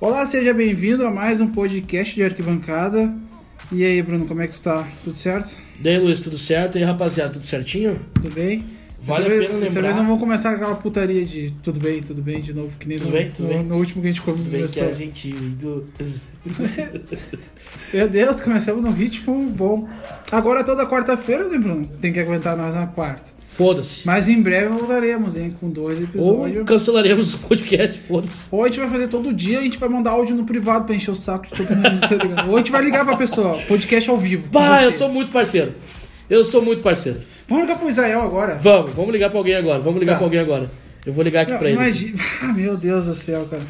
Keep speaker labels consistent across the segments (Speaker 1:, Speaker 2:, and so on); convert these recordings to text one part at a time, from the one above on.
Speaker 1: Olá, seja bem-vindo a mais um podcast de Arquibancada. E aí, Bruno, como é que tu tá? Tudo certo?
Speaker 2: Daí, Luiz, tudo certo? E aí, rapaziada, tudo certinho?
Speaker 1: Tudo bem?
Speaker 2: Vale a
Speaker 1: Dessa vez-
Speaker 2: pena
Speaker 1: Dessa
Speaker 2: lembrar-
Speaker 1: vez não vou começar aquela putaria de tudo bem, tudo bem de novo, que nem
Speaker 2: Tudo
Speaker 1: no,
Speaker 2: bem, tudo
Speaker 1: no-
Speaker 2: bem.
Speaker 1: no último que a gente
Speaker 2: Tudo bem que a
Speaker 1: começou.
Speaker 2: gente.
Speaker 1: Meu Deus, começamos num ritmo bom. Agora é toda quarta-feira, né, Bruno? Tem que aguentar nós na quarta.
Speaker 2: Foda-se.
Speaker 1: Mas em breve voltaremos, hein, com dois
Speaker 2: Ou
Speaker 1: episódios.
Speaker 2: cancelaremos o podcast, foda-se.
Speaker 1: Ou a gente vai fazer todo dia, a gente vai mandar áudio no privado pra encher o saco de todo mundo, tá ligado? Ou a gente vai ligar pra pessoa, podcast ao vivo. com
Speaker 2: Bah,
Speaker 1: você.
Speaker 2: eu sou muito parceiro. Eu sou muito parceiro.
Speaker 1: Vamos ligar pro Israel agora.
Speaker 2: Vamos, vamos ligar pra alguém agora. Vamos ligar
Speaker 1: Tá.
Speaker 2: pra alguém agora. Eu vou ligar aqui
Speaker 1: Não,
Speaker 2: pra ele.
Speaker 1: imagina. Ah, meu Deus do céu, cara.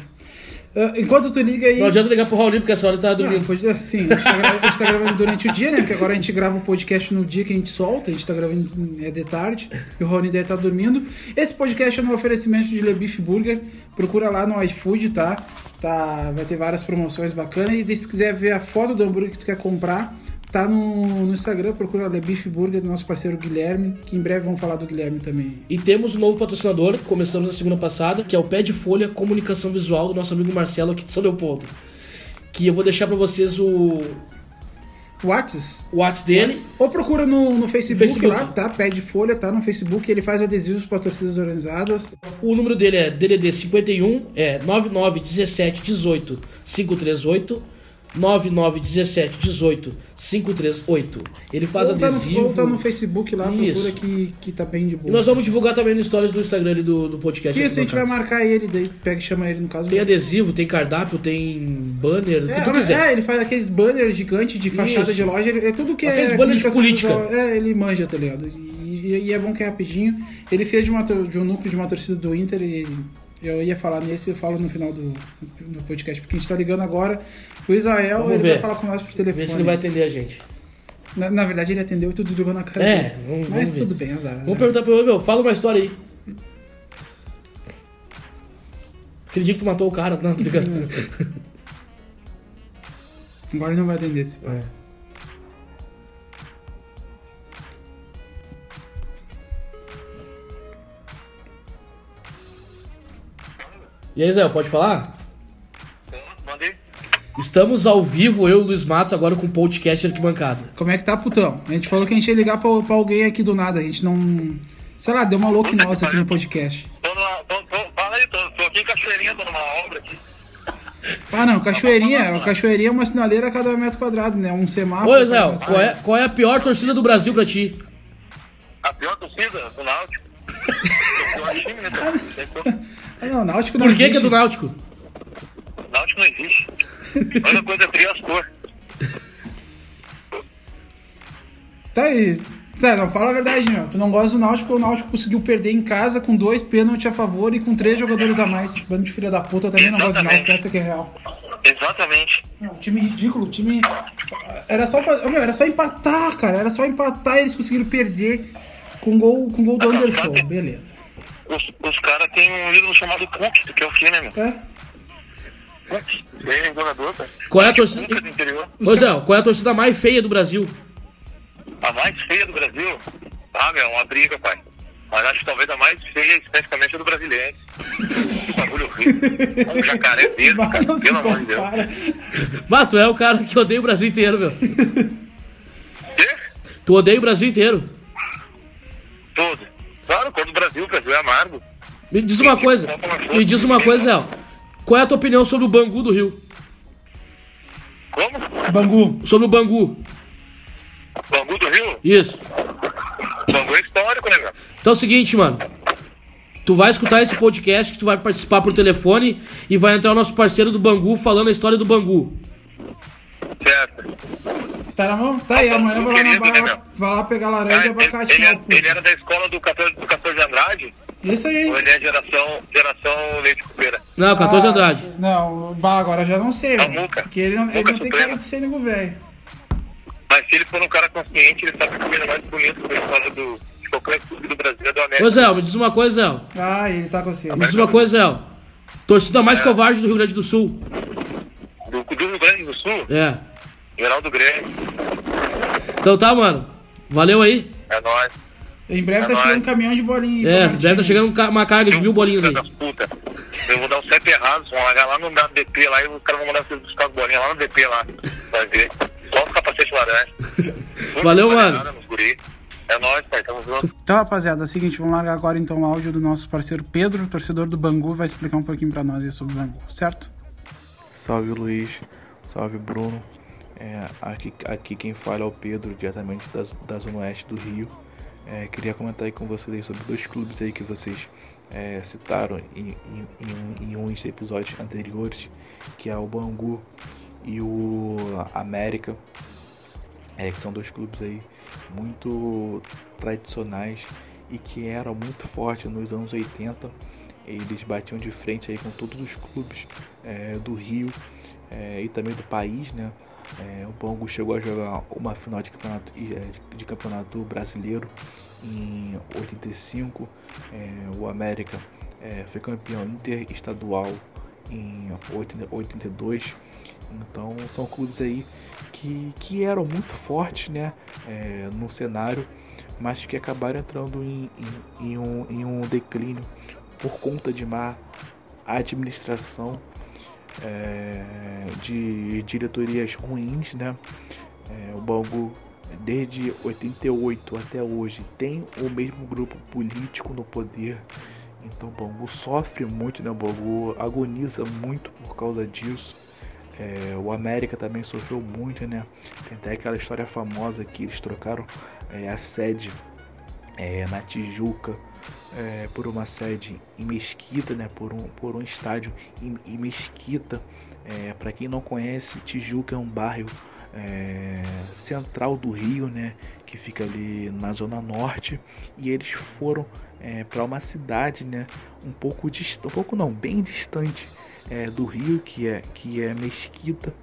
Speaker 1: Ah, Enquanto tu liga aí.
Speaker 2: Não adianta ligar pro Raulinho, porque essa hora ele tá
Speaker 1: Ah,
Speaker 2: dormindo.
Speaker 1: pode- sim, a gente, tá gravando, a gente tá gravando durante o dia, né? Porque agora a gente grava o podcast no dia que a gente solta, a gente tá gravando é, de tarde, e o Rony deve estar dormindo. Esse podcast é um oferecimento de Le Beef Burger, procura lá no iFood, tá? tá? Vai ter várias promoções bacanas, e se quiser ver a foto do hambúrguer que tu quer comprar, tá no, no Instagram, procura Le Beef Burger do nosso parceiro Guilherme, que em breve vamos falar do Guilherme também.
Speaker 2: E temos um novo patrocinador, que começamos na segunda passada, que é o Pé de Folha Comunicação Visual do nosso amigo Marcelo aqui de São Leopoldo. Que eu vou deixar pra vocês o,
Speaker 1: Whats?
Speaker 2: o WhatsApp dele.
Speaker 1: Ou procura no, no Facebook,
Speaker 2: Facebook.
Speaker 1: lá, tá? Pede folha, tá? No Facebook, ele faz adesivos para torcidas organizadas.
Speaker 2: O número dele é DDD 51 é 99 17 18 538 99 17 18 538. Ele faz
Speaker 1: Ou tá no-
Speaker 2: adesivo.
Speaker 1: ou tá no Facebook lá,
Speaker 2: Isso.
Speaker 1: procura que, que tá bem de boa.
Speaker 2: E nós vamos divulgar também no stories do Instagram ali do, do podcast.
Speaker 1: Isso, a gente
Speaker 2: Arquibancada.
Speaker 1: vai marcar ele, daí pega e chama ele no caso.
Speaker 2: Tem adesivo, tem cardápio, tem banner, o que tu
Speaker 1: é,
Speaker 2: quiser.
Speaker 1: é, ele faz aqueles banners gigantes de fachada
Speaker 2: Isso.
Speaker 1: de loja, ele- é tudo que
Speaker 2: Aqueles
Speaker 1: é.
Speaker 2: banners de
Speaker 1: comunicação
Speaker 2: política.
Speaker 1: visual, É, ele manja, tá ligado? E, e- e é bom que é rapidinho. Ele fez de, uma tor- de um núcleo de uma torcida do Inter e eu ia falar nesse, eu falo no final do, do podcast, porque a gente tá ligando agora. O Israel,
Speaker 2: Vamos
Speaker 1: ele
Speaker 2: ver.
Speaker 1: vai falar com nós por
Speaker 2: Vê
Speaker 1: telefone.
Speaker 2: se ele vai atender a gente.
Speaker 1: É. Na, na verdade, ele atendeu e tudo jogou na cara.
Speaker 2: É,
Speaker 1: dele.
Speaker 2: vamos-
Speaker 1: Mas
Speaker 2: vamos ver.
Speaker 1: tudo bem, azar.
Speaker 2: Vamos
Speaker 1: azar.
Speaker 2: perguntar pro meu, fala uma história aí. Aquele dia que tu matou o cara, não, tô ligado.
Speaker 1: Agora ele não vai atender esse.
Speaker 2: É. E aí, Zé, pode falar?
Speaker 3: Mandei.
Speaker 2: Estamos ao vivo, eu e o Luiz Matos, agora com o podcast Arquibancada.
Speaker 1: Como é que tá, putão? A gente falou que a gente ia ligar pra, pra alguém aqui do nada. A gente não. Sei lá, deu uma louca em nós aqui no podcast.
Speaker 3: Tô numa, tô, tô, fala aí, tô, tô aqui em Cachoeirinha, tô numa obra aqui.
Speaker 1: Ah, não, Cachoeirinha. A Cachoeirinha é uma sinaleira a cada metro quadrado, né? Um semáforo.
Speaker 2: Ô,
Speaker 1: a cada
Speaker 2: Israel,
Speaker 1: metro
Speaker 2: qual é, qual é a pior torcida do Brasil pra ti?
Speaker 3: A pior torcida do Náutico. O pior time, né? cara?
Speaker 1: quadrado. Ah, não, Náutico não
Speaker 2: Por que, que é do
Speaker 1: existe.
Speaker 2: Náutico?
Speaker 3: O Náutico não existe. A única coisa é fria as cores.
Speaker 1: Tá aí. Tá, não, fala a verdade, meu. Tu não gosta do Náutico, o Náutico conseguiu perder em casa com dois pênaltis a favor e com três jogadores a mais. Bando de filha da puta, eu também não gosto do Náutico, essa que é real.
Speaker 3: Exatamente.
Speaker 1: Não, time ridículo, time. Era só, fa- meu, era só empatar, cara. Era só empatar e eles conseguiram perder com um gol, com gol do Anderson. Beleza.
Speaker 3: Os, os caras têm um ídolo chamado Cook, que é o que, né, meu?
Speaker 1: É.
Speaker 3: Cook. Ele é jogador, cara.
Speaker 2: Qual é a torcida?
Speaker 3: Cuca do interior.
Speaker 2: Ô, Israel, qual é a torcida mais feia do Brasil?
Speaker 3: A mais feia do Brasil. Ah, meu, uma briga, pai. Mas acho que talvez a mais feia, especificamente, é do brasileiro. Que bagulho horrível. Um jacaré dele,
Speaker 1: Mas
Speaker 3: cara.
Speaker 1: não se
Speaker 3: Pelo amor de Deus.
Speaker 1: compara.
Speaker 2: Bah, tu é o cara que odeia o Brasil inteiro, meu.
Speaker 3: Quê?
Speaker 2: Tu odeia o Brasil inteiro.
Speaker 3: Todo. Claro, quando o Brasil, o Brasil é amargo.
Speaker 2: Me diz uma coisa, me diz uma coisa, Israel. Qual é a tua opinião sobre o Bangu do Rio?
Speaker 3: Como?
Speaker 1: Bangu.
Speaker 2: Sobre o Bangu.
Speaker 3: Bangu do Rio?
Speaker 2: Isso.
Speaker 3: Bangu é histórico, né, cara?
Speaker 2: Então é o seguinte, mano. Tu vai escutar esse podcast que tu vai participar por telefone e vai entrar o nosso parceiro do Bangu falando a história do Bangu.
Speaker 3: Certo.
Speaker 1: Tá na mão? Tá aí, amanhã eu vou lá na barra. Vai lá pegar laranja
Speaker 3: Ah,
Speaker 1: e
Speaker 3: é né? ele,
Speaker 1: abacate.
Speaker 3: ele
Speaker 1: lá,
Speaker 3: é-
Speaker 1: pô.
Speaker 3: ele era da escola do 14, do 14 de Andrade?
Speaker 1: Isso aí.
Speaker 3: Ou ele é geração, geração leite cupeira?
Speaker 2: Não, 14
Speaker 1: Ah,
Speaker 2: Andrade.
Speaker 1: Não, o bah, agora eu já não sei,
Speaker 3: Ah,
Speaker 1: mano,
Speaker 3: Muca.
Speaker 1: Porque ele não, ele
Speaker 3: Muca
Speaker 1: não tem
Speaker 3: Suprema.
Speaker 1: cara de cênigo velho.
Speaker 3: Mas se ele for um cara consciente, ele sabe que o menino mais bonito da história do, de qualquer clube do Brasil é do América.
Speaker 2: Ô, Israel, me diz uma coisa, Israel.
Speaker 1: Ah, ele tá com você.
Speaker 2: Me diz uma coisa, Israel. Torcida mais covarde do Rio Grande do Sul.
Speaker 3: Do, do Rio Grande do Sul,
Speaker 2: É.
Speaker 3: Geraldo Grêmio.
Speaker 2: Então tá, mano. Valeu aí.
Speaker 3: É nóis.
Speaker 1: Em breve tá
Speaker 3: É
Speaker 1: chegando um
Speaker 3: nóis.
Speaker 1: caminhão de bolinha. aí
Speaker 2: É,
Speaker 1: pra
Speaker 2: deve tá
Speaker 1: Martim.
Speaker 2: chegando um ca- uma carga de mil bolinhas
Speaker 3: Filha
Speaker 2: aí.
Speaker 3: das puta. Eu vou dar um CPH errados, vão largar lá no DP lá e os caras vão mandar vocês buscar as bolinhas lá no DP lá. Vai ver. Só os capacetes laranja. Muito
Speaker 2: Valeu,
Speaker 3: trabalhada
Speaker 2: mano.
Speaker 3: nos guri. É nóis, pai. Tamo junto.
Speaker 1: Então, rapaziada, é o seguinte, vamos largar agora então o áudio do nosso parceiro Pedro, torcedor do Bangu, vai explicar um pouquinho pra nós aí sobre o Bangu, certo?
Speaker 4: Salve Luiz, salve Bruno. É, aqui, aqui quem fala é o Pedro, diretamente da, da Zona Oeste do Rio. É, queria comentar aí com vocês aí sobre dois clubes aí que vocês é, citaram em, em, em, em uns episódios anteriores, que é o Bangu e o América. É, que são dois clubes aí muito tradicionais e que eram muito fortes nos anos 80. Eles batiam de frente aí com todos os clubes é, do Rio é, e também do país, né? É, o Bangu chegou a jogar uma final de campeonato, e, é, de campeonato brasileiro em 85. É, o América é, foi campeão interestadual em 80 82. Então são clubes aí que, que eram muito fortes né, é, no cenário, mas que acabaram entrando em, em, em um, em um declínio por conta de má administração, é, de diretorias ruins. Né? É, o Bangu, desde 88 até hoje, tem o mesmo grupo político no poder. Então o Bangu sofre muito, né? O Bangu agoniza muito por causa disso. É, o América também sofreu muito, né? Tem até aquela história famosa que eles trocaram é, a sede é, na Tijuca é, por uma sede em Mesquita, né? Por um, por um estádio em, em Mesquita. É, Para quem não conhece, Tijuca é um bairro é, central do Rio, né? Que fica ali na zona norte. E eles foram para uma cidade, né? Um pouco distante, um pouco não, bem distante é, do Rio, que é, que é Mesquita.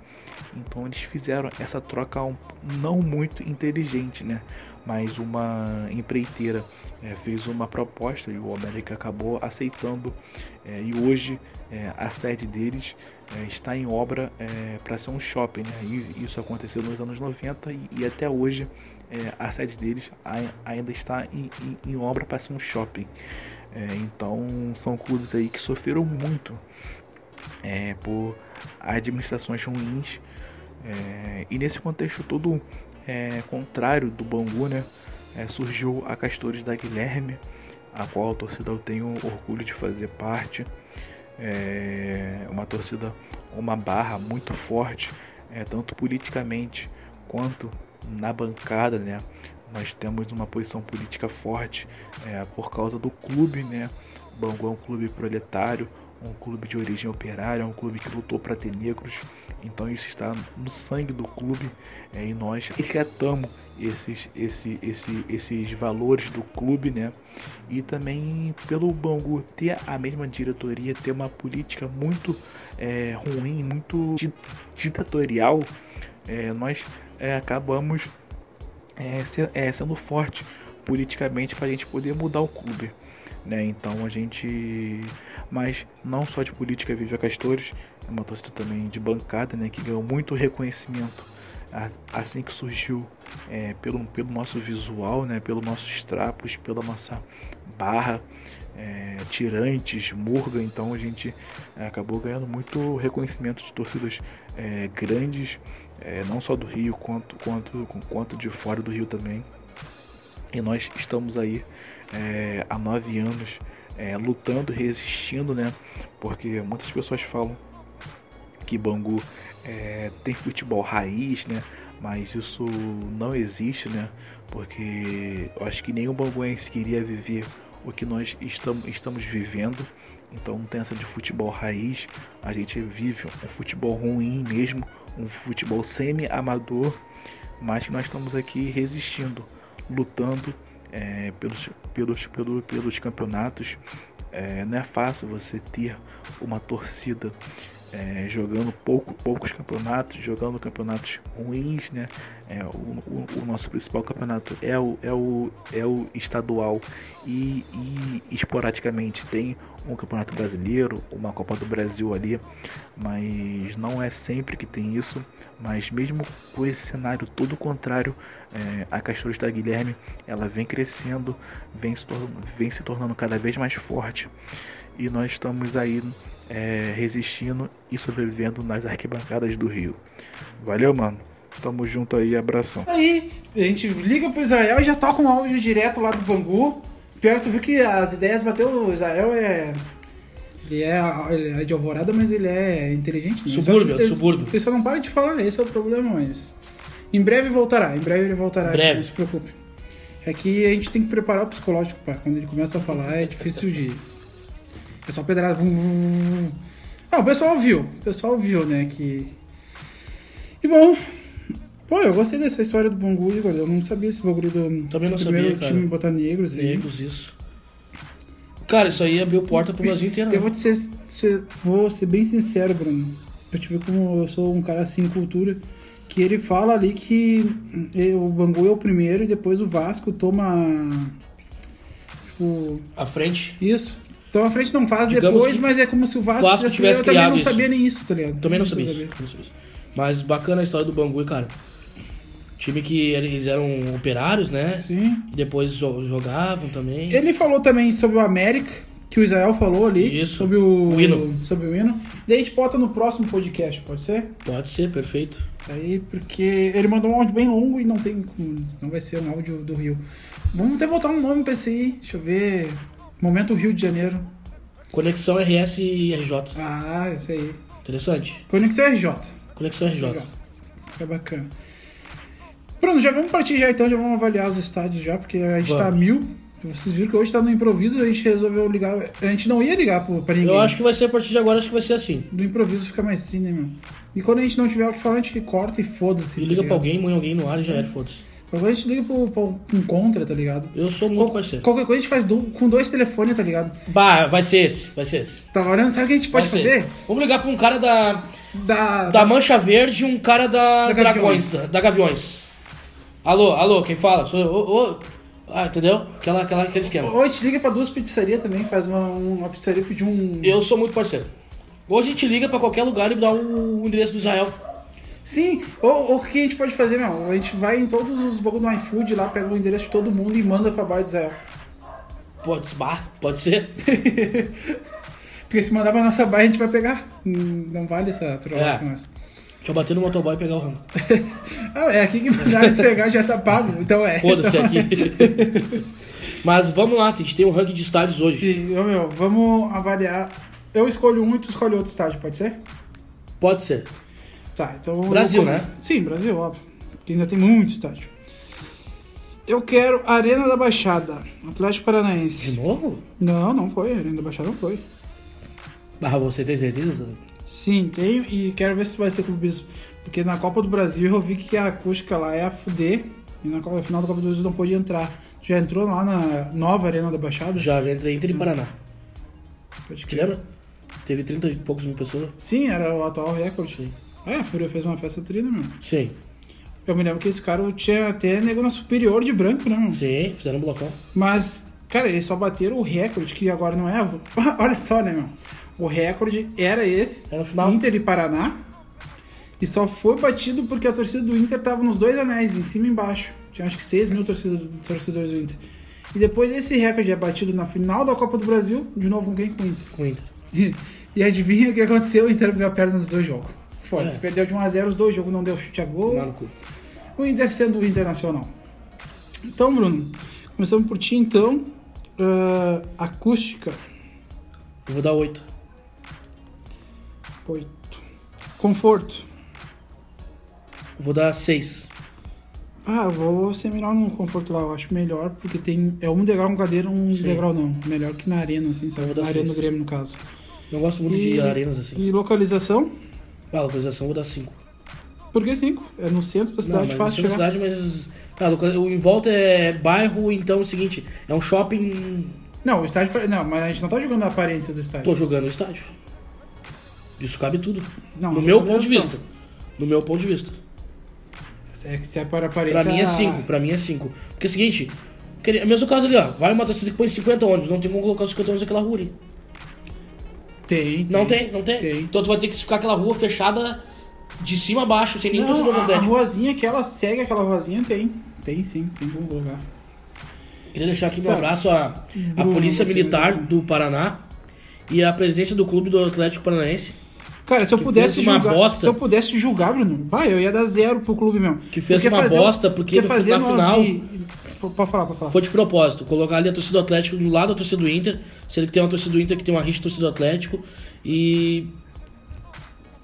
Speaker 4: Então eles fizeram essa troca um- não muito inteligente, né? Mas uma empreiteira é, fez uma proposta e o América acabou aceitando. É, e hoje é, a sede deles é, está em obra para ser um shopping, né? E isso aconteceu nos anos 90 e, e até hoje é, a sede deles ai- ainda está em, em- em obra para ser um shopping. É, então são clubes aí que sofreram muito é, por administrações ruins. é, e nesse contexto todo é, contrário do Bangu, né, é, surgiu a Castores da Guilherme, a qual a torcida eu tenho orgulho de fazer parte. É uma torcida, uma barra muito forte, é, tanto politicamente quanto na bancada, né? Nós temos uma posição política forte é, por causa do clube, né? Bangu é um clube proletário, um clube de origem operária, um clube que lutou para ter negros. Então isso está no sangue do clube é, e nós resgatamos esses, esse, esse, esses valores do clube, né? E também pelo Bangu ter a mesma diretoria, ter uma política muito é, ruim, muito di- ditatorial, é, nós é, acabamos é, se- é, sendo forte politicamente para a gente poder mudar o clube. Né? Então a gente. Mas não só de política vive a Castores, é uma torcida também de bancada né? que ganhou muito reconhecimento a- assim que surgiu é, pelo, pelo nosso visual, né? pelos nossos trapos, pela nossa barra, é, tirantes, murga. Então a gente é, acabou ganhando muito reconhecimento de torcidas é, grandes, é, não só do Rio, quanto, quanto, quanto de fora do Rio também. E nós estamos aí é, há nove anos é, lutando, resistindo, né? Porque muitas pessoas falam que Bangu é, tem futebol raiz, né? Mas isso não existe, né? Porque eu acho que nenhum banguense queria viver o que nós estamos, estamos vivendo. Então não tem essa de futebol raiz. A gente vive um futebol ruim mesmo, um futebol semi-amador, mas que nós estamos aqui resistindo, lutando é, pelos, pelos, pelo, pelos campeonatos. É, não é fácil você ter uma torcida é, jogando pouco, poucos campeonatos, jogando campeonatos ruins, né? É, o, o- o nosso principal campeonato é o, é o, é o estadual e, e esporadicamente tem um campeonato brasileiro, uma Copa do Brasil ali, mas não é sempre que tem isso. Mas mesmo com esse cenário todo contrário, é, a Castores da Guilherme ela vem crescendo, vem se, tor- vem se tornando cada vez mais forte e nós estamos aí é, resistindo e sobrevivendo nas arquibancadas do Rio. Valeu, mano. Tamo junto aí, abração.
Speaker 1: Tá Aí, a gente liga pro Israel e já toca um áudio direto lá do Bangu. Pior que tu viu que as ideias bateu. O Israel é. Ele é, ele é de alvorada, mas ele é inteligente. né?
Speaker 2: Subúrbio,
Speaker 1: Ele só-
Speaker 2: subúrbio.
Speaker 1: Ele só não para de falar, esse é o problema, mas. Em breve voltará, em breve ele voltará,
Speaker 2: Em breve.
Speaker 1: não se preocupe. É que a gente tem que preparar o psicológico, pá. Quando ele começa a falar, é difícil de. É só pedrada. vum, vum, vum. Ah, o pessoal viu. O pessoal viu, né? Que. E bom. Pô, eu gostei dessa história do Bangu, Igor. Eu não sabia esse bagulho do.
Speaker 2: Também não
Speaker 1: do primeiro
Speaker 2: sabia, cara.
Speaker 1: time botar negros. aí.
Speaker 2: Negros, isso. Cara, isso aí abriu porta pro Brasil inteiro. né?
Speaker 1: Eu vou te ser, ser- vou ser bem sincero, Bruno. Pra te ver como eu sou um cara assim, cultura. Que ele fala ali que eh, o Bangu é o primeiro e depois o Vasco toma. Tipo.
Speaker 2: À frente.
Speaker 1: Isso. Então a frente não faz
Speaker 2: Digamos
Speaker 1: depois,
Speaker 2: que
Speaker 1: mas é como se o Vasco,
Speaker 2: Vasco tivesse
Speaker 1: Eu também
Speaker 2: criado
Speaker 1: não
Speaker 2: isso.
Speaker 1: sabia nem isso, tá ligado?
Speaker 2: Também não sabia isso. não sabia isso. Mas bacana a história do Bangu, cara. Time que eles eram operários, né?
Speaker 1: Sim.
Speaker 2: E depois jo- jogavam também.
Speaker 1: Ele falou também sobre o América, que o Israel falou ali.
Speaker 2: Isso.
Speaker 1: Sobre o,
Speaker 2: O hino.
Speaker 1: Sobre o hino. Daí a gente bota no próximo podcast, pode ser?
Speaker 2: Pode ser, perfeito.
Speaker 1: Aí, porque ele mandou um áudio bem longo e não tem como. Não vai ser um áudio do Rio. Vamos até botar um nome pra esse aí. Deixa eu ver. Momento Rio de Janeiro.
Speaker 2: Conexão RS e RJ.
Speaker 1: Ah, esse aí.
Speaker 2: Interessante.
Speaker 1: Conexão RJ.
Speaker 2: Conexão RJ.
Speaker 1: Legal. É bacana. Bruno, já vamos partir já então, já vamos avaliar os estádios já, porque a gente
Speaker 2: Vamos.
Speaker 1: tá a mil. Vocês viram que hoje tá no improviso, a gente resolveu ligar. A gente não ia ligar pro- pra ninguém.
Speaker 2: Eu acho que vai ser a partir de agora, acho que vai ser assim.
Speaker 1: Do improviso fica mais tri, né, meu? E quando a gente não tiver o que falar, a gente corta e foda-se.
Speaker 2: E
Speaker 1: tá
Speaker 2: liga pra
Speaker 1: ligado?
Speaker 2: alguém, mãe alguém no ar e já era, foda-se.
Speaker 1: Agora a gente liga pro, pro, um contra, tá ligado?
Speaker 2: Eu sou muito parceiro.
Speaker 1: Qualquer coisa a gente faz du- com dois telefones, tá ligado?
Speaker 2: Bah, vai ser esse, vai ser esse.
Speaker 1: Tá olhando, sabe o que a gente
Speaker 2: Vai
Speaker 1: pode
Speaker 2: ser
Speaker 1: fazer?
Speaker 2: esse. Vamos ligar pra um cara da,
Speaker 1: Da,
Speaker 2: da Mancha Verde e um cara da,
Speaker 1: Da Gaviões.
Speaker 2: Dragões, da, da Gaviões. Alô, alô, quem fala? Sou eu. Ô, ô. Ah, entendeu? Aquela, aquela, aquele esquema.
Speaker 1: Ou a gente liga pra duas pizzarias também, faz uma, uma pizzaria pedir um.
Speaker 2: Eu sou muito parceiro. Ou a gente liga pra qualquer lugar e dá o endereço do Israel.
Speaker 1: Sim, ou, ou o que a gente pode fazer, meu? A gente vai em todos os bagulhos do iFood lá, pega o endereço de todo mundo e manda pra baixo do Israel.
Speaker 2: Pode, bah, pode ser.
Speaker 1: Porque se mandar pra nossa baia, a gente vai pegar. Hum, Não vale essa troca
Speaker 2: É.
Speaker 1: com essa.
Speaker 2: Deixa eu bater no motoboy e pegar o ramo.
Speaker 1: Ah, é aqui que mandar entregar já tá pago, então é.
Speaker 2: Foda-se aqui. Mas vamos lá, a gente tem um ranking de estádios hoje.
Speaker 1: Sim, ô, meu, vamos avaliar. Eu escolho um e tu escolhe outro estádio, pode ser?
Speaker 2: Pode ser.
Speaker 1: Tá, então. eu
Speaker 2: Brasil,
Speaker 1: começo.
Speaker 2: né?
Speaker 1: Sim, Brasil, óbvio. Porque ainda tem muito estádio. Eu quero Arena da Baixada, Atlético
Speaker 2: De
Speaker 1: Paranaense.
Speaker 2: novo?
Speaker 1: Não, não foi, Arena da Baixada não foi.
Speaker 2: Ah, você tem certeza?
Speaker 1: Sim, tenho e quero ver se vai ser clubismo. Porque na Copa do Brasil eu vi que a acústica lá é a fuder. E na Copa- final da Copa do Brasil não pôde entrar. Tu já entrou lá na nova Arena da Baixada?
Speaker 2: Já entrei entre Paraná.
Speaker 1: Pode
Speaker 2: Te
Speaker 1: crer.
Speaker 2: lembra? Teve 30 e poucos mil pessoas.
Speaker 1: Sim, era o atual recorde.
Speaker 2: Sim.
Speaker 1: É, a Fúria fez uma festa trina, meu.
Speaker 2: Sim.
Speaker 1: Eu me lembro que esse cara tinha até nego na superior de branco, né, meu?
Speaker 2: Sim, fizeram um blocão.
Speaker 1: Mas, cara, eles só bateram o recorde, que agora não é. Olha só, né, meu? O recorde era esse:
Speaker 2: Era o final.
Speaker 1: Inter e Paraná. E só foi batido porque a torcida do Inter tava nos dois anéis, em cima e embaixo. Tinha acho que 6 mil torcida- torcedores do Inter. E depois esse recorde é batido na final da Copa do Brasil, de novo com quem? Com o Inter.
Speaker 2: com o Inter.
Speaker 1: E, e adivinha o que aconteceu? O Inter abriu a perna nos dois jogos. Foda-se,
Speaker 2: É.
Speaker 1: perdeu de 1x0 os dois jogos, não deu chute a gol.
Speaker 2: Tomar no cu.
Speaker 1: O Inter sendo o Internacional. Então, Bruno, começamos por ti então. Ah, acústica,
Speaker 2: Eu vou dar 8.
Speaker 1: 8. Conforto.
Speaker 2: Vou dar 6.
Speaker 1: Ah, eu vou ser melhor no conforto lá, eu acho melhor, porque tem. É um degrau com cadeira, um
Speaker 2: Sim.
Speaker 1: degrau não. Melhor que na arena, assim, sabe?
Speaker 2: Vou dar
Speaker 1: Na arena
Speaker 2: seis.
Speaker 1: do Grêmio, no caso.
Speaker 2: Não gosto muito
Speaker 1: E-
Speaker 2: de arenas assim.
Speaker 1: E localização?
Speaker 2: Ah, localização eu vou dar 5.
Speaker 1: Por que 5? É no centro da
Speaker 2: Não,
Speaker 1: cidade,
Speaker 2: mas não
Speaker 1: fácil
Speaker 2: sei na
Speaker 1: chegar.
Speaker 2: cidade, mas. Ah, localiza- o em volta é bairro, então é o seguinte: é um shopping.
Speaker 1: Não, o estádio. pare- Não, mas a gente não tá jogando a aparência do estádio.
Speaker 2: Tô jogando o estádio. Isso cabe tudo.
Speaker 1: Não,
Speaker 2: no meu ponto de
Speaker 1: localização.
Speaker 2: vista. No meu ponto de vista.
Speaker 1: É que se é para a aparência.
Speaker 2: Pra mim é 5, pra mim é 5. Porque é o seguinte, que- é o mesmo caso ali, ó. Vai uma torcida que põe 50 ônibus, não tem como colocar os 50 ônibus naquela rua ali.
Speaker 1: Tem.
Speaker 2: Não tem, não tem.
Speaker 1: Tem.
Speaker 2: Então tu vai ter que ficar aquela rua fechada de cima a baixo, sem nenhum torcedor do
Speaker 1: Não, a, a
Speaker 2: Atlético.
Speaker 1: ruazinha que ela segue aquela ruazinha tem. Tem sim, tem um como colocar.
Speaker 2: Queria deixar aqui meu
Speaker 1: Sabe?
Speaker 2: abraço à, à
Speaker 1: Bruno,
Speaker 2: Polícia
Speaker 1: muito
Speaker 2: Militar
Speaker 1: legal.
Speaker 2: do Paraná e a presidência do clube do Atlético Paranaense,
Speaker 1: Cara, se eu
Speaker 2: Que
Speaker 1: pudesse
Speaker 2: fez uma
Speaker 1: julgar,
Speaker 2: bosta.
Speaker 1: se eu pudesse julgar, Bruno, bah, eu ia dar zero pro clube mesmo.
Speaker 2: Que fez uma bosta, porque no- na
Speaker 1: nós
Speaker 2: final-
Speaker 1: e- Pô, Pode falar, pode falar.
Speaker 2: foi de propósito, colocar ali a torcida do Atlético do lado da torcida do Inter, sendo que tem uma torcida do Inter que tem uma rixa de torcida do Atlético e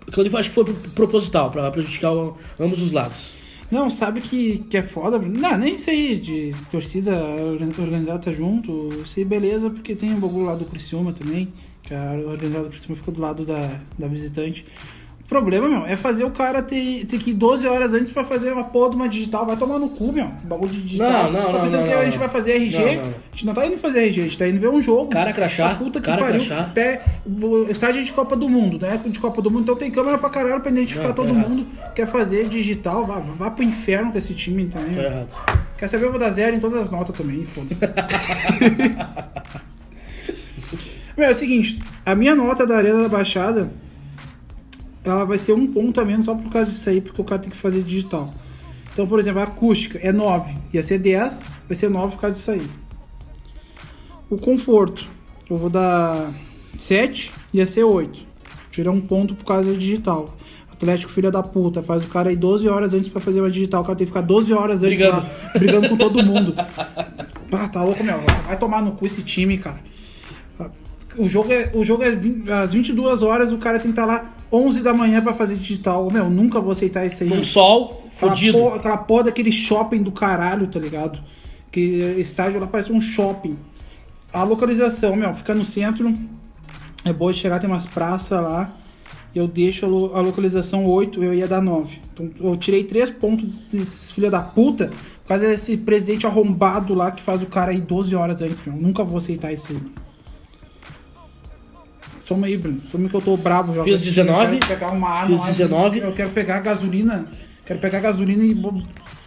Speaker 2: aquilo ali foi- acho que foi pro- proposital pra prejudicar o- ambos os lados.
Speaker 1: Não, sabe que, que é foda? Bruno? Não, nem sei de torcida organizada tá junto. Sei, beleza, porque tem um bagulho lá do Criciúma também. Que a organizada do Criciúma fica do lado da, da visitante. O problema, meu, é fazer o cara ter, ter que ir 12 horas antes pra fazer uma porra de uma digital. Vai tomar no cu, meu. um Bagulho de digital.
Speaker 2: Não, não,
Speaker 1: tá
Speaker 2: não,
Speaker 1: pensando
Speaker 2: não,
Speaker 1: que
Speaker 2: não,
Speaker 1: a gente
Speaker 2: não.
Speaker 1: vai fazer RG?
Speaker 2: Não, não.
Speaker 1: A gente não tá indo fazer RG, a gente tá indo ver um jogo.
Speaker 2: Cara crachá,
Speaker 1: A puta que
Speaker 2: cara
Speaker 1: pariu.
Speaker 2: crachá.
Speaker 1: Pé, bo- estágio de Copa do Mundo, né? De Copa do Mundo, então tem câmera pra caralho pra identificar
Speaker 2: Não, tá
Speaker 1: todo
Speaker 2: errado.
Speaker 1: mundo. Quer fazer digital, vá, vá pro inferno com esse time também.
Speaker 2: Tá errado.
Speaker 1: Quer saber, eu vou dar zero em todas as notas também, foda-se. Meu, é o seguinte, a minha nota da Arena da Baixada, ela vai ser um ponto a menos só por causa disso aí, porque o cara tem que fazer digital. Então, por exemplo, a acústica é 9, ia ser 10, vai ser 9 por causa disso aí. O conforto, eu vou dar 7, ia ser 8. Tirar um ponto por causa do digital. Atlético, filha da puta, faz o cara ir 12 horas antes pra fazer uma digital. O cara tem que ficar 12 horas antes
Speaker 2: Brigando.
Speaker 1: lá, brigando com todo mundo. Ah, tá louco, meu. Vai tomar no cu esse time, cara. O jogo é, o jogo é vin- às 22 horas, o cara tem que estar lá 11 da manhã pra fazer digital. Meu, nunca vou aceitar isso aí.
Speaker 2: Um sol
Speaker 1: Aquela
Speaker 2: fudido.
Speaker 1: porra- Aquela porra daquele shopping do caralho, tá ligado? Que estádio lá parece um shopping. A localização, meu, fica no centro. É boa de chegar, tem umas praças lá. Eu deixo a lo- a localização 8, eu ia dar 9. Então, eu tirei 3 pontos desses filha da puta por causa desse presidente arrombado lá que faz o cara ir 12 horas antes, meu. Nunca vou aceitar isso aí. Soma aí, Bruno. Soma que eu tô brabo já.
Speaker 2: Fiz 19.
Speaker 1: Eu quero pegar uma arma
Speaker 2: Fiz
Speaker 1: lá.
Speaker 2: 19.
Speaker 1: Eu quero pegar a gasolina. Quero pegar a gasolina e bo-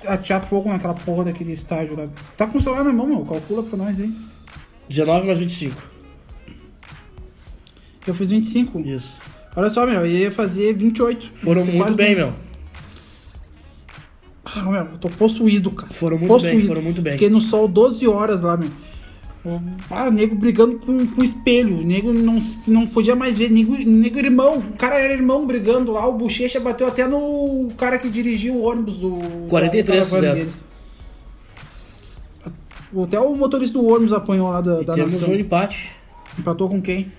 Speaker 1: atear fogo naquela porra daquele estádio lá. Tá com o celular na mão, meu. Calcula pra nós aí.
Speaker 2: 19 mais 25.
Speaker 1: Eu fiz 25.
Speaker 2: Isso.
Speaker 1: Olha só, meu. Eu ia fazer 28.
Speaker 2: Foram
Speaker 1: Isso,
Speaker 2: muito
Speaker 1: quase-
Speaker 2: bem, meu.
Speaker 1: Ah, meu. Eu tô possuído, cara.
Speaker 2: Foram muito
Speaker 1: possuído.
Speaker 2: bem, foram muito bem.
Speaker 1: Fiquei no sol 12 horas lá, meu. Ah, nego brigando com, com espelho. O nego não, não podia mais ver. Nego, nego irmão. O cara era irmão brigando lá. O bochecha bateu até no cara que dirigiu o ônibus do.
Speaker 2: 43
Speaker 1: da caravana
Speaker 2: fizeram.
Speaker 1: deles. Até o motorista do ônibus apanhou lá da, da
Speaker 2: Temos
Speaker 1: nação.
Speaker 2: um empate.
Speaker 1: Empatou com quem?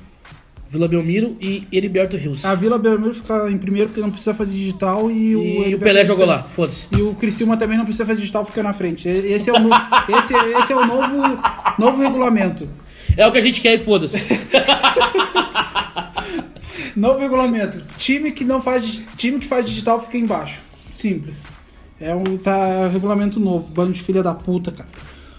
Speaker 2: Vila Belmiro e Heriberto Rios.
Speaker 1: A Vila Belmiro fica em primeiro porque não precisa fazer digital e, o.
Speaker 2: E o
Speaker 1: Heriberto tá
Speaker 2: Pelé jogou
Speaker 1: Cristiano-
Speaker 2: lá, foda-se.
Speaker 1: E o Criciúma também não precisa fazer digital fica na frente. E- Esse é o, no- esse, esse é o novo, novo regulamento.
Speaker 2: É o que a gente quer e foda-se.
Speaker 1: Novo regulamento. Time que não faz dig- time que faz digital fica embaixo. Simples. É um tá regulamento novo, bando de filha da puta, cara.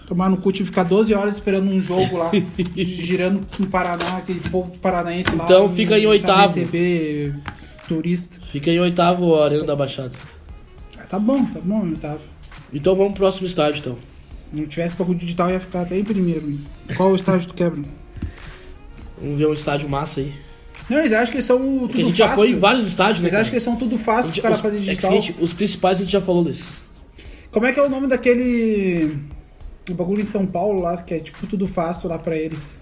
Speaker 1: Tomar no cu e ficar 12 horas esperando um jogo lá, girando no Paraná, aquele povo paranaense lá.
Speaker 2: Então fica em
Speaker 1: sabe
Speaker 2: oitavo.
Speaker 1: receber turista.
Speaker 2: Fica em oitavo a Arena da Baixada.
Speaker 1: Ah, Tá bom, tá bom, oitavo.
Speaker 2: Então vamos pro próximo estádio, então.
Speaker 1: Se não tivesse bagulho digital, ia ficar até em primeiro. hein? Qual o estágio do quebra?
Speaker 2: Vamos ver um estádio massa aí.
Speaker 1: Não, eles acham que eles são tudo
Speaker 2: Porque É a gente
Speaker 1: fácil.
Speaker 2: já foi em vários estádios, né?
Speaker 1: Eles acham que
Speaker 2: cara?
Speaker 1: eles são tudo fácil pro cara
Speaker 2: Os-
Speaker 1: fazer
Speaker 2: É que
Speaker 1: digital.
Speaker 2: seguinte, os principais a gente já falou desse.
Speaker 1: Como é que é o nome daquele. O bagulho em São Paulo lá, que é tipo tudo fácil lá pra eles.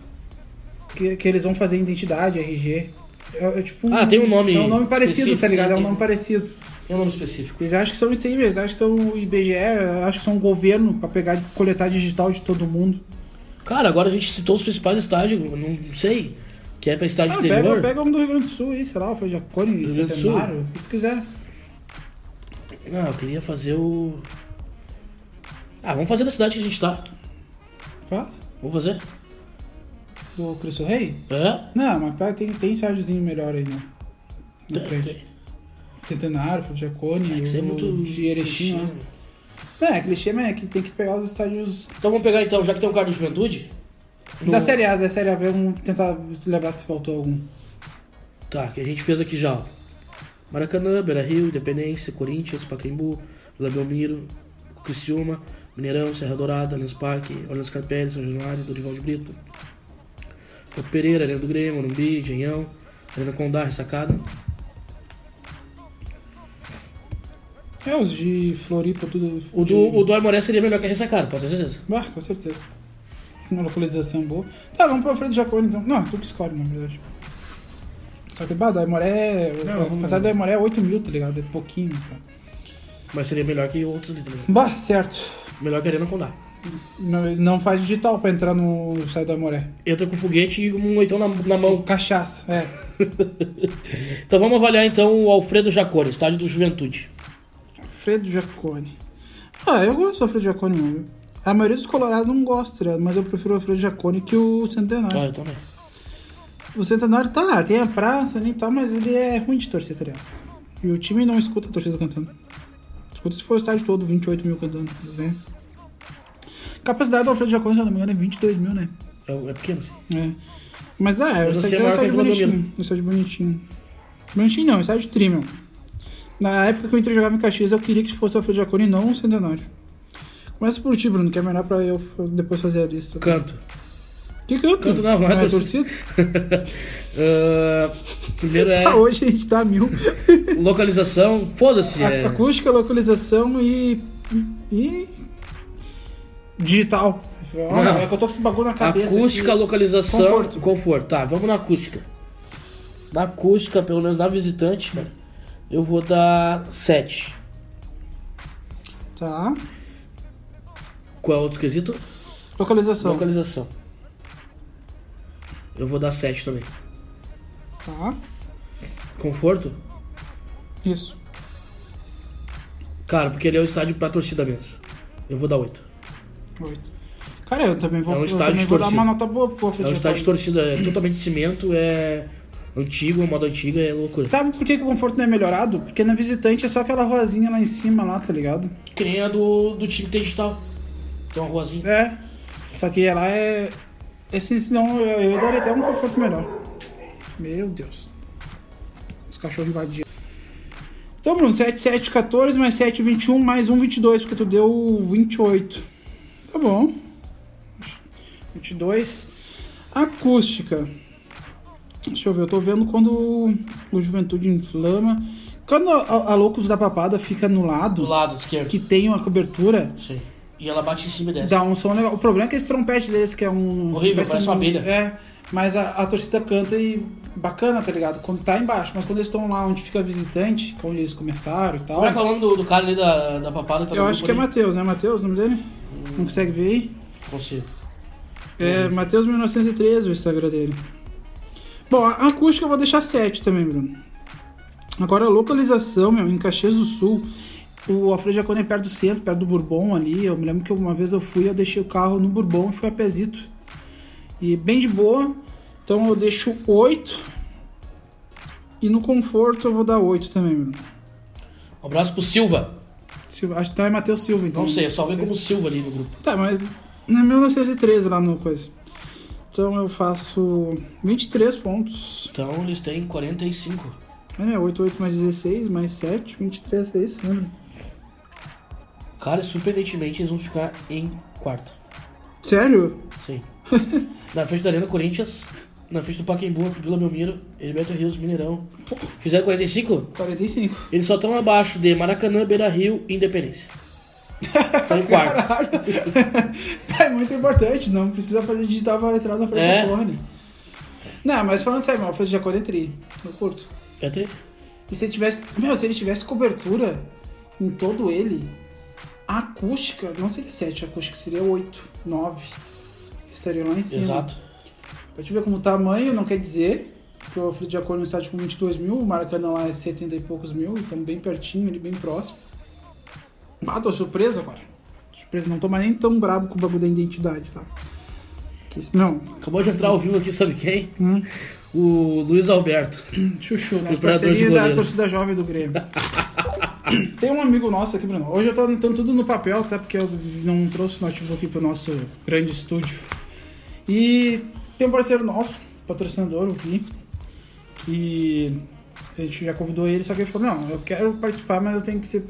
Speaker 1: Que, que eles vão fazer identidade, RG. É, é tipo um,
Speaker 2: Ah, tem um nome
Speaker 1: É um nome parecido,
Speaker 2: específico,
Speaker 1: tá ligado?
Speaker 2: né?
Speaker 1: É um
Speaker 2: Tem-
Speaker 1: nome parecido.
Speaker 2: Tem um nome específico.
Speaker 1: Eles acham que são isso aí, eles acham que são o IBGE, acham que são o governo pra pegar, coletar digital de todo mundo.
Speaker 2: Cara, agora a gente citou os principais estádios, eu não sei. Que é pra estádio
Speaker 1: Ah,
Speaker 2: interior.
Speaker 1: pega, pega um do Rio Grande do Sul aí, sei lá, foi Jacone,
Speaker 2: Grande do Sul?
Speaker 1: Centenário, o que tu quiser.
Speaker 2: Não, eu queria fazer o. Ah, vamos fazer na cidade que a gente tá.
Speaker 1: Faz.
Speaker 2: Vamos fazer?
Speaker 1: Do Cristo Rei?
Speaker 2: É?
Speaker 1: Não, mas pera, tem, tem estágiozinho melhor aí, né? Na
Speaker 2: Tem,
Speaker 1: frente.
Speaker 2: tem.
Speaker 1: Centenário, Fábio Jacone,
Speaker 2: É que isso é
Speaker 1: o
Speaker 2: muito.
Speaker 1: Hum, de Erechim, né? É, clichê, mas é que tem que pegar os estádios
Speaker 2: Então vamos pegar então, já que tem um cara do Juventude.
Speaker 1: da
Speaker 2: no-
Speaker 1: Série A, da Série A, vamos tentar lembrar se faltou algum.
Speaker 2: Tá, que a gente fez aqui já, ó. Maracanã, Beira Rio, Independência, Corinthians, Pacaembu, Vila Belmiro, Criciúma, Mineirão, Serra Dourada, Allianz Parque, Orlando Scarpelli, São Januário, Dorival de Brito, Porto Pereira, Arena do Grêmio, Morumbi, Engenhão, Arena Condá, Ressacada.
Speaker 1: É, os de Floripa, tudo.
Speaker 2: O
Speaker 1: de...
Speaker 2: do, o do Aimoré seria melhor que a Ressacada, pode ter certeza.
Speaker 1: Ah, com certeza. com uma localização boa. Tá, vamos pra Alfredo Jaconi então. Não, tu que escolhe, na verdade. Só que, bah, da Aimoré...
Speaker 2: Não, vamos-
Speaker 1: Apesar da Aimoré é 8 mil, tá ligado? É pouquinho, cara.
Speaker 2: Mas seria melhor que outros ali, tá ligado?
Speaker 1: Bah, certo.
Speaker 2: Melhor que a Arena Condá.
Speaker 1: Não, não faz digital pra entrar no site da Aimoré.
Speaker 2: Entra com foguete e um oitão na, na mão.
Speaker 1: Cachaça, é.
Speaker 2: Então vamos avaliar então o Alfredo Jacone, estádio do Juventude.
Speaker 1: Alfredo Jacone. Ah, eu gosto do Alfredo Jacone, mano. A maioria dos colorados não gosta, tá ligado? mas eu prefiro o Alfredo Jacone que o Centenário.
Speaker 2: Ah, eu também.
Speaker 1: O Centenário tá, tem a praça nem tal, mas ele é ruim de torcer, tá ligado? E o time não escuta a torcida cantando. Escuta se for o estádio todo, 28 mil cantando, né? Capacidade do Alfredo Jacone, se eu não me engano, é 22 mil, né?
Speaker 2: É, é pequeno, assim.
Speaker 1: É. Mas ah, é, o
Speaker 2: Mas você
Speaker 1: estádio é um
Speaker 2: é
Speaker 1: estádio
Speaker 2: maior que a Vila
Speaker 1: bonitinho.
Speaker 2: Belmiro.
Speaker 1: Um estádio bonitinho. Bonitinho não, um estádio tri, meu. Na época que eu entrei jogava em Caxias, eu queria que fosse o Alfredo Jacone e não o Centenário. Começa por ti, Bruno, que é melhor pra eu depois fazer a lista.
Speaker 2: Canto.
Speaker 1: Que canto?
Speaker 2: Canto não, não é
Speaker 1: Ah,
Speaker 2: torcida. Ah, primeiro é
Speaker 1: Ah, hoje a gente tá mil.
Speaker 2: localização. Foda-se. É...
Speaker 1: A- Acústica, localização e. e. digital. Olha,
Speaker 2: Não.
Speaker 1: é que eu tô com esse bagulho na cabeça.
Speaker 2: Acústica,
Speaker 1: aqui.
Speaker 2: localização.
Speaker 1: Conforto.
Speaker 2: conforto. Tá, vamos na acústica. Na acústica, pelo menos na visitante, cara, eu vou dar 7.
Speaker 1: Tá.
Speaker 2: Qual é o outro quesito?
Speaker 1: Localização.
Speaker 2: Localização. Eu vou dar 7 também.
Speaker 1: Tá.
Speaker 2: Conforto?
Speaker 1: Isso.
Speaker 2: Cara, porque ele é um estádio pra torcida mesmo. Eu vou dar 8.
Speaker 1: Oito. Cara, eu também vou,
Speaker 2: É um
Speaker 1: eu
Speaker 2: estádio
Speaker 1: também
Speaker 2: de
Speaker 1: vou dar
Speaker 2: torcida.
Speaker 1: uma nota boa pro tá?
Speaker 2: É
Speaker 1: Alfredo
Speaker 2: um estádio
Speaker 1: Jacone.
Speaker 2: de torcida, é totalmente de cimento, é antigo, é moda antiga, é loucura.
Speaker 1: Sabe por que, que o conforto não é melhorado? Porque na visitante é só aquela ruazinha lá em cima, lá, tá ligado?
Speaker 2: Que nem a do, do time que tem digital. Tem uma ruazinha.
Speaker 1: É. Só que ela é. Esse, senão eu, eu daria até um conforto melhor. Meu Deus. Os cachorros invadiram. Então, Bruno, 7, 7, 14, mais 7, 21, mais 1, 22, porque tu deu 28. Tá bom. 22. Acústica. Deixa eu ver, eu tô vendo quando o Juventude inflama. Quando a, a- a Loucos da Papada fica no
Speaker 2: Do
Speaker 1: lado,
Speaker 2: lado esquerdo.
Speaker 1: que tem uma cobertura,
Speaker 2: Isso aí. E ela bate em cima e desce.
Speaker 1: Dá um som legal. O problema é que esse trompete deles, que é um.
Speaker 2: Horrível, parece uma abelha.
Speaker 1: É, mas a, a torcida canta e bacana, tá ligado? Quando tá embaixo, mas quando eles estão lá onde fica a visitante, que é onde eles começaram e tal.
Speaker 2: Como é que é o nome do, do cara ali da, da papada? Tá
Speaker 1: Eu
Speaker 2: no
Speaker 1: acho que é
Speaker 2: grupo
Speaker 1: Matheus, né? Matheus, o nome dele? Não consegue ver aí?
Speaker 2: ali? Consigo.
Speaker 1: É
Speaker 2: Uhum.
Speaker 1: Matheus 1913 o Instagram dele. Bom, a acústica eu vou deixar 7 também, Bruno. Agora a localização, meu, em Caxias do Sul. O Alfredo Jacone é perto do centro, perto do Bourbon ali. Eu me lembro que uma vez eu fui, eu deixei o carro no Bourbon e fui a pezito. E bem de boa. Então eu deixo 8. E no conforto eu vou dar 8 também, Bruno.
Speaker 2: Um abraço pro Silva.
Speaker 1: Silva- Acho que então é Matheus Silva, então.
Speaker 2: Não sei, eu só vi como Silva ali no grupo.
Speaker 1: Tá, mas na 1913 lá no coisa. Então eu faço 23 pontos.
Speaker 2: Então eles têm 45.
Speaker 1: É, 8, 8 mais 16, mais 7, 23, é isso, né?
Speaker 2: Cara, surpreendentemente eles vão ficar em quarto.
Speaker 1: Sério?
Speaker 2: Sim. na frente da Arena Corinthians, na frente do Pacaembu, Vila Belmiro, Heriberto Rios, Mineirão. Fizeram 45?
Speaker 1: 45.
Speaker 2: Eles só estão abaixo de Maracanã, Beira Rio e Independência. Estão em quarto.
Speaker 1: é muito importante, não precisa fazer digital pra entrar na frente
Speaker 2: É.
Speaker 1: da corne. Não, mas falando sério, mal, fazer de acordo é tri. Eu curto.
Speaker 2: É tri?
Speaker 1: E se ele tivesse. Meu, se ele tivesse cobertura em todo ele, a acústica não seria 7, a acústica seria 8, 9. Estaria lá em cima.
Speaker 2: Exato.
Speaker 1: Pra te ver como o tamanho não quer dizer que o Alfredo Jacone é um estádio com 22 mil, o Maracanã lá é 70 e poucos mil, então bem pertinho, ele bem próximo. Ah, tô surpreso agora. Surpresa, não tô mais nem tão brabo com o bagulho da identidade, tá? Que isso- Não,
Speaker 2: Acabou de entrar ao vivo aqui, sabe quem? O Luiz Alberto.
Speaker 1: Hum. chuchu, nossa
Speaker 2: Preparador de
Speaker 1: parceria da
Speaker 2: goleiro.
Speaker 1: torcida jovem do Grêmio. Tem um amigo nosso aqui, Bruno. Hoje eu tô anotando tudo no papel, tá? Porque eu não trouxe o notebook aqui pro nosso grande estúdio. E tem um parceiro nosso, patrocinador, o Gui, que a gente já convidou ele, só que ele falou, não, eu quero participar, mas eu tenho que ser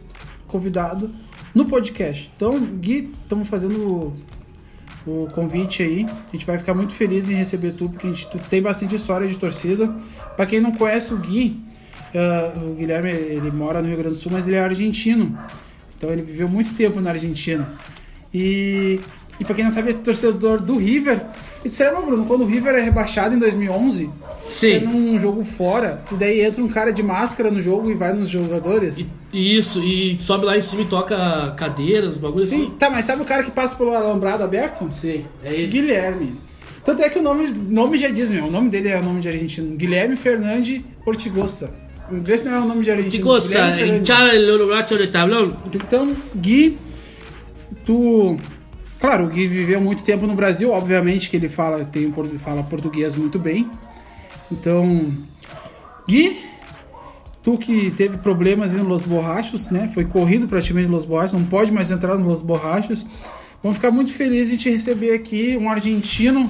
Speaker 1: convidado no podcast. Então, Gui, estamos fazendo o, o convite aí. A gente vai ficar muito feliz em receber tu, porque a gente tu tem bastante história de torcida. Pra quem não conhece o Gui, ah, o Guilherme, ele mora no Rio Grande do Sul, mas ele é argentino. Então ele viveu muito tempo na Argentina. E E pra quem não sabe, é torcedor do River. E tu se lembra, Bruno, quando o River é rebaixado em 2011?
Speaker 5: Sim.
Speaker 1: É num jogo fora, e daí entra um cara de máscara no jogo e vai nos jogadores.
Speaker 5: E- e Isso, e sobe lá em cima e toca cadeiras, bagulho
Speaker 1: Sim,
Speaker 5: assim.
Speaker 1: tá, mas sabe o cara que passa pelo alambrado aberto?
Speaker 5: Sim, é ele.
Speaker 1: Guilherme. Tanto é que o nome, nome já diz, meu. O nome dele é o nome de argentino. Guilherme Fernandes Ortigosa. Vê se não é o nome de argentino.
Speaker 5: Que coisa,
Speaker 1: Guilherme Fernandes.
Speaker 5: hinchar el brazo de tablón.
Speaker 1: Então, Gui, tu. Claro, o Gui viveu muito tempo no Brasil, obviamente que ele fala, tem, um portu- fala português muito bem. Então, Gui, tu que teve problemas em Los Borrachos, né? Foi corrido praticamente em Los Borrachos, não pode mais entrar no Los Borrachos. Vamos ficar muito felizes em te receber aqui, um argentino.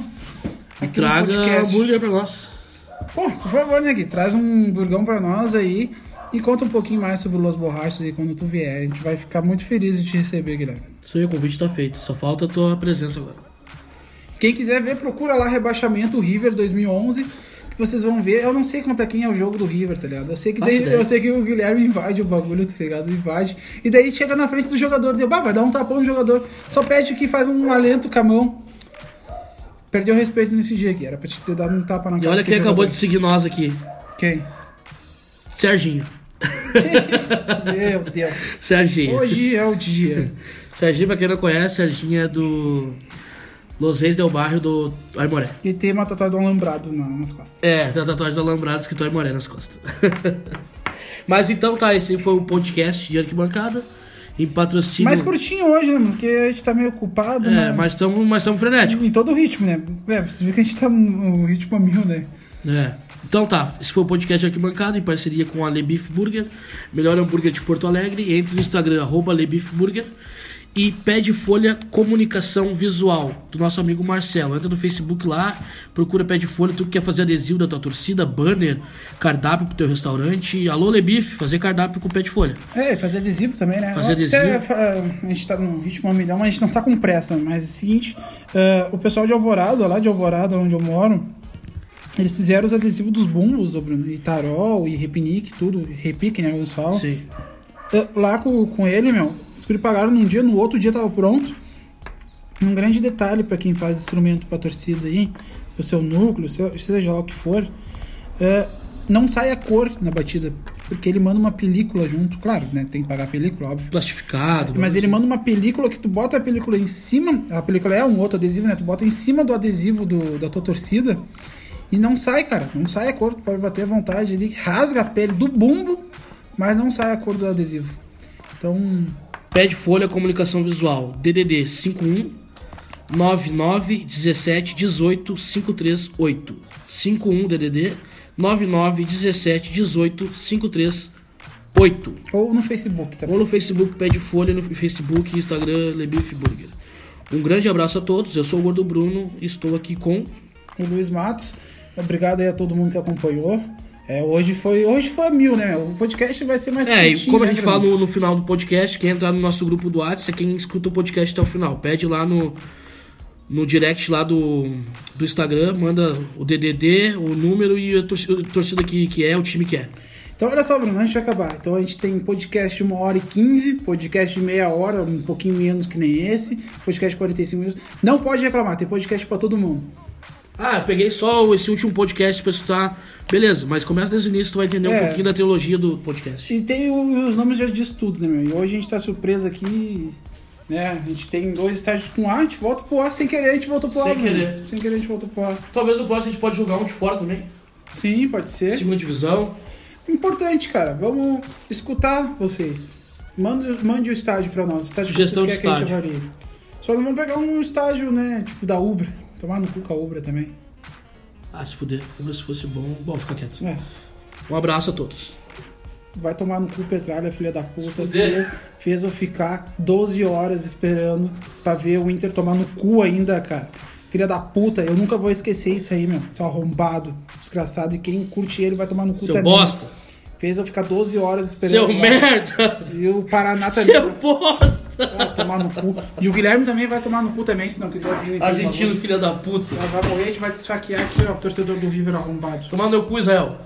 Speaker 1: Aqui no
Speaker 2: Traga
Speaker 1: podcast.
Speaker 2: hambúrguer pra nós.
Speaker 1: Pô, por favor, né, Gui? Traz um burgão pra nós aí e conta um pouquinho mais sobre o Los Borrachos aí quando tu vier. A gente vai ficar muito feliz em te receber, Guilherme.
Speaker 2: Isso aí, o convite tá feito. Só falta a tua presença agora.
Speaker 1: Quem quiser ver, procura lá Rebaixamento River 2011, que vocês vão ver. Eu não sei quanto é quem é o jogo do River, tá ligado? Eu sei que,
Speaker 2: Faço
Speaker 1: daí-
Speaker 2: ideia.
Speaker 1: eu sei que o Guilherme invade o bagulho, tá ligado? Invade. E daí chega na frente do jogador, deu, bah, vai dar um tapão no jogador. Só pede que faz um alento com a mão. Perdeu o respeito nesse dia aqui, era pra te ter dado um tapa na cara.
Speaker 2: E olha
Speaker 1: do
Speaker 2: quem acabou
Speaker 1: jogador.
Speaker 2: de seguir nós aqui.
Speaker 1: Quem?
Speaker 2: Serginho.
Speaker 1: Meu Deus.
Speaker 2: Serginho.
Speaker 1: Hoje é o dia.
Speaker 2: Serginho, pra quem não conhece, Serginho é do Los Reis Del Barrio do Aimoré.
Speaker 1: E tem uma tatuagem do alambrado na- nas costas.
Speaker 2: É, tem a tatuagem do Alambrado escrito Aimoré nas costas. Mas então tá, esse foi o podcast de Arquibancada. Em patrocínio.
Speaker 1: Mais curtinho hoje, né, mano? Porque a gente tá meio ocupado,
Speaker 2: É,
Speaker 1: né?
Speaker 2: mas estamos mas tamo frenético.
Speaker 1: Em todo o ritmo, né? É, você vê que a gente tá no ritmo a mil, né?
Speaker 2: É. Então tá, esse foi o podcast Arquibancada em parceria com a Lebif Burger, melhor hambúrguer de Porto Alegre. Entre no Instagram, arroba Lebif Burger. E pede folha comunicação visual do nosso amigo Marcelo. Entra no Facebook lá, procura pede folha, tu que quer fazer adesivo da tua torcida, banner, cardápio pro teu restaurante. Alô Lebif, fazer cardápio com pede folha.
Speaker 1: É, fazer adesivo também, né?
Speaker 2: Fazer
Speaker 1: Até,
Speaker 2: adesivo.
Speaker 1: ah, a gente tá num ritmo a milhão, mas a gente não tá com pressa. Mas é o seguinte, ah, o pessoal de Alvorada, lá de Alvorada, onde eu moro, eles fizeram os adesivos dos bumbos, ô Bruno, e tarol, e repinique, tudo, repique, né, alguns falam.
Speaker 2: Sim.
Speaker 1: Eu- É, lá com, com ele, meu, os guri pagaram num dia, no outro dia tava pronto. Um grande detalhe pra quem faz instrumento pra torcida aí, pro seu núcleo, seu- seja lá o que for, é, não sai a cor na batida, porque ele manda uma película junto, claro, né? Tem que pagar a película, óbvio.
Speaker 2: Plastificado.
Speaker 1: Mas ele manda uma película que tu bota a película em cima. A película é um outro adesivo, né? Tu bota em cima do adesivo do- da tua torcida. E não sai, cara. Não sai a cor. Tu pode bater à vontade. Ele rasga a pele do bumbo, mas não sai a cor do adesivo. Então,
Speaker 2: Pede folha comunicação visual. DDD 51 99 17 18 538. 51 DDD 99 17 18 538.
Speaker 1: ou no Facebook também.
Speaker 2: Ou no Facebook Pede Folha, no Facebook, Instagram Lebif Burger. Um grande abraço a todos. Eu sou o Gordo Bruno e estou aqui com
Speaker 1: O Luiz Matos. Obrigado aí a todo mundo que acompanhou. É, hoje foi hoje foi a mil, né? meu? O podcast vai ser mais
Speaker 2: É, e
Speaker 1: curtinho,
Speaker 2: como a
Speaker 1: né,
Speaker 2: gente
Speaker 1: Bruno?
Speaker 2: fala no, no final do podcast, quem entrar no nosso grupo do WhatsApp é quem escuta o podcast até o final. Pede lá no, no direct lá do, do Instagram, manda o DDD, o número e a torci- a torcida que, que é, o time que é.
Speaker 1: Então, olha só, Bruno, a gente vai acabar. Então, a gente tem podcast de 1 hora e 15, podcast de meia hora, um pouquinho menos que nem esse, podcast de 45 minutos. Não pode reclamar, tem podcast pra todo mundo.
Speaker 2: Ah, eu peguei só esse último podcast pra escutar. Beleza, mas começa desde o início, tu vai entender
Speaker 1: É.
Speaker 2: um pouquinho da trilogia do podcast.
Speaker 1: E tem o- os nomes já diz tudo, né, meu? E hoje a gente tá surpreso aqui, né? A gente tem dois estágios com ar, a gente volta pro ar, sem querer a gente voltou pro ar.
Speaker 2: Sem
Speaker 1: Bruno.
Speaker 2: querer.
Speaker 1: Sem querer a gente voltou pro ar.
Speaker 2: Talvez no próximo a gente pode jogar um de fora também.
Speaker 1: Sim, pode ser.
Speaker 2: Segunda divisão.
Speaker 1: Importante, cara. Vamos escutar vocês. Mande, mande o estágio pra nós. O estágio
Speaker 2: Sugestão
Speaker 1: que
Speaker 2: de
Speaker 1: vocês querem que a gente avalie. Só não vamos pegar um estágio, né? Tipo da Ubra. Tomar no cu com a Ubra também.
Speaker 2: Ah, se fuder, como se fosse bom. Bom, fica quieto.
Speaker 1: É.
Speaker 2: Um abraço a todos.
Speaker 1: Vai tomar no cu Petralha, filha da puta.
Speaker 2: Fuder.
Speaker 1: Fez, fez eu ficar 12 horas esperando pra ver o Inter tomar no cu ainda, cara. Filha da puta, eu nunca vou esquecer isso aí, meu. Seu arrombado, desgraçado. E quem curte ele vai tomar no cu
Speaker 2: Seu
Speaker 1: também.
Speaker 2: bosta.
Speaker 1: Fez eu ficar 12 horas esperando.
Speaker 2: Seu
Speaker 1: lá.
Speaker 2: merda.
Speaker 1: E o Paraná também.
Speaker 2: Seu bosta.
Speaker 1: Vai tomar no cu. E o Guilherme também vai tomar no cu também, se não quiser vir. aqui,
Speaker 2: Argentino,
Speaker 1: por
Speaker 2: filha da puta.
Speaker 1: favor. Vai morrer, a gente vai desfaquear aqui, ó, o torcedor do River arrombado.
Speaker 2: Tomar no cu, Israel.